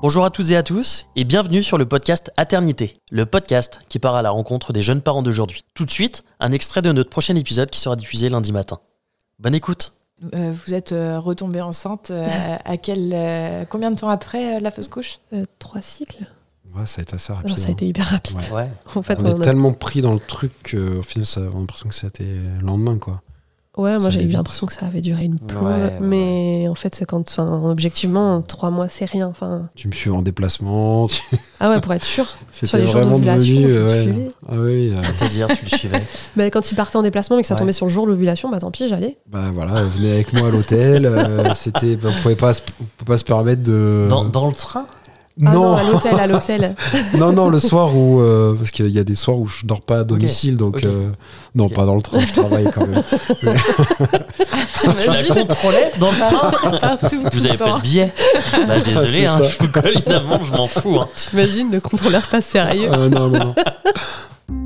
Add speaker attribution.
Speaker 1: Bonjour à toutes et à tous et bienvenue sur le podcast Aternité, le podcast qui part à la rencontre des jeunes parents d'aujourd'hui. Tout de suite, un extrait de notre prochain épisode qui sera diffusé lundi matin. Bonne écoute
Speaker 2: Euh, vous êtes euh, retombée enceinte euh, à quel, euh, combien de temps après euh, la fausse couche
Speaker 3: Euh, trois cycles
Speaker 4: Ouais, ça a été assez rapide.
Speaker 3: Non, ça a
Speaker 4: hein.
Speaker 3: été hyper rapide.
Speaker 4: Ouais.
Speaker 1: Ouais,
Speaker 3: En fait,
Speaker 4: On
Speaker 3: on
Speaker 4: est
Speaker 3: a-
Speaker 4: tellement pris dans le truc qu'au final, ça, on a l'impression que c'était le lendemain, quoi.
Speaker 3: ouais, moi
Speaker 4: ça
Speaker 3: j'ai
Speaker 4: allait
Speaker 3: eu
Speaker 4: vite.
Speaker 3: l'impression que ça avait duré une plombe,
Speaker 1: Ouais, ouais,
Speaker 3: mais en fait, c'est quand, enfin, objectivement, trois mois c'est rien. Enfin,
Speaker 4: Tu me suis en déplacement. tu-
Speaker 3: ah ouais, pour être sûr. Sur
Speaker 4: C'était
Speaker 3: les jours
Speaker 4: vraiment
Speaker 3: d'ovulation,
Speaker 4: devenu.
Speaker 3: je
Speaker 4: euh, ouais.
Speaker 3: le suivais.
Speaker 4: Ah oui, euh,
Speaker 1: te dire, tu le suivais.
Speaker 3: Mais Bah, quand il partait en déplacement et que ça
Speaker 1: Ouais.
Speaker 3: tombait sur le jour de l'ovulation, bah tant pis, j'allais.
Speaker 4: bah voilà, venez avec moi à l'hôtel. euh, c'était, bah, on pouvait pas, se- on peut pas se permettre de.
Speaker 1: Dans, dans le train
Speaker 3: Ah non,
Speaker 4: non,
Speaker 3: à l'hôtel, à l'hôtel.
Speaker 4: non, non, le soir où, euh, parce qu'il y a des soirs où je dors pas à domicile, donc
Speaker 1: ok.
Speaker 4: euh, non,
Speaker 1: Ok.
Speaker 4: pas dans le train, je travaille quand même.
Speaker 1: Tu la contrôlais dans le train
Speaker 3: Partout.
Speaker 1: Vous avez
Speaker 3: tout
Speaker 1: pas de billet Bah désolé,
Speaker 4: C'est
Speaker 1: hein,
Speaker 4: ça.
Speaker 1: je vous colle une amende, je m'en fous. hein.
Speaker 3: T'imagines le contrôleur pas sérieux.
Speaker 4: Euh, non, non, non.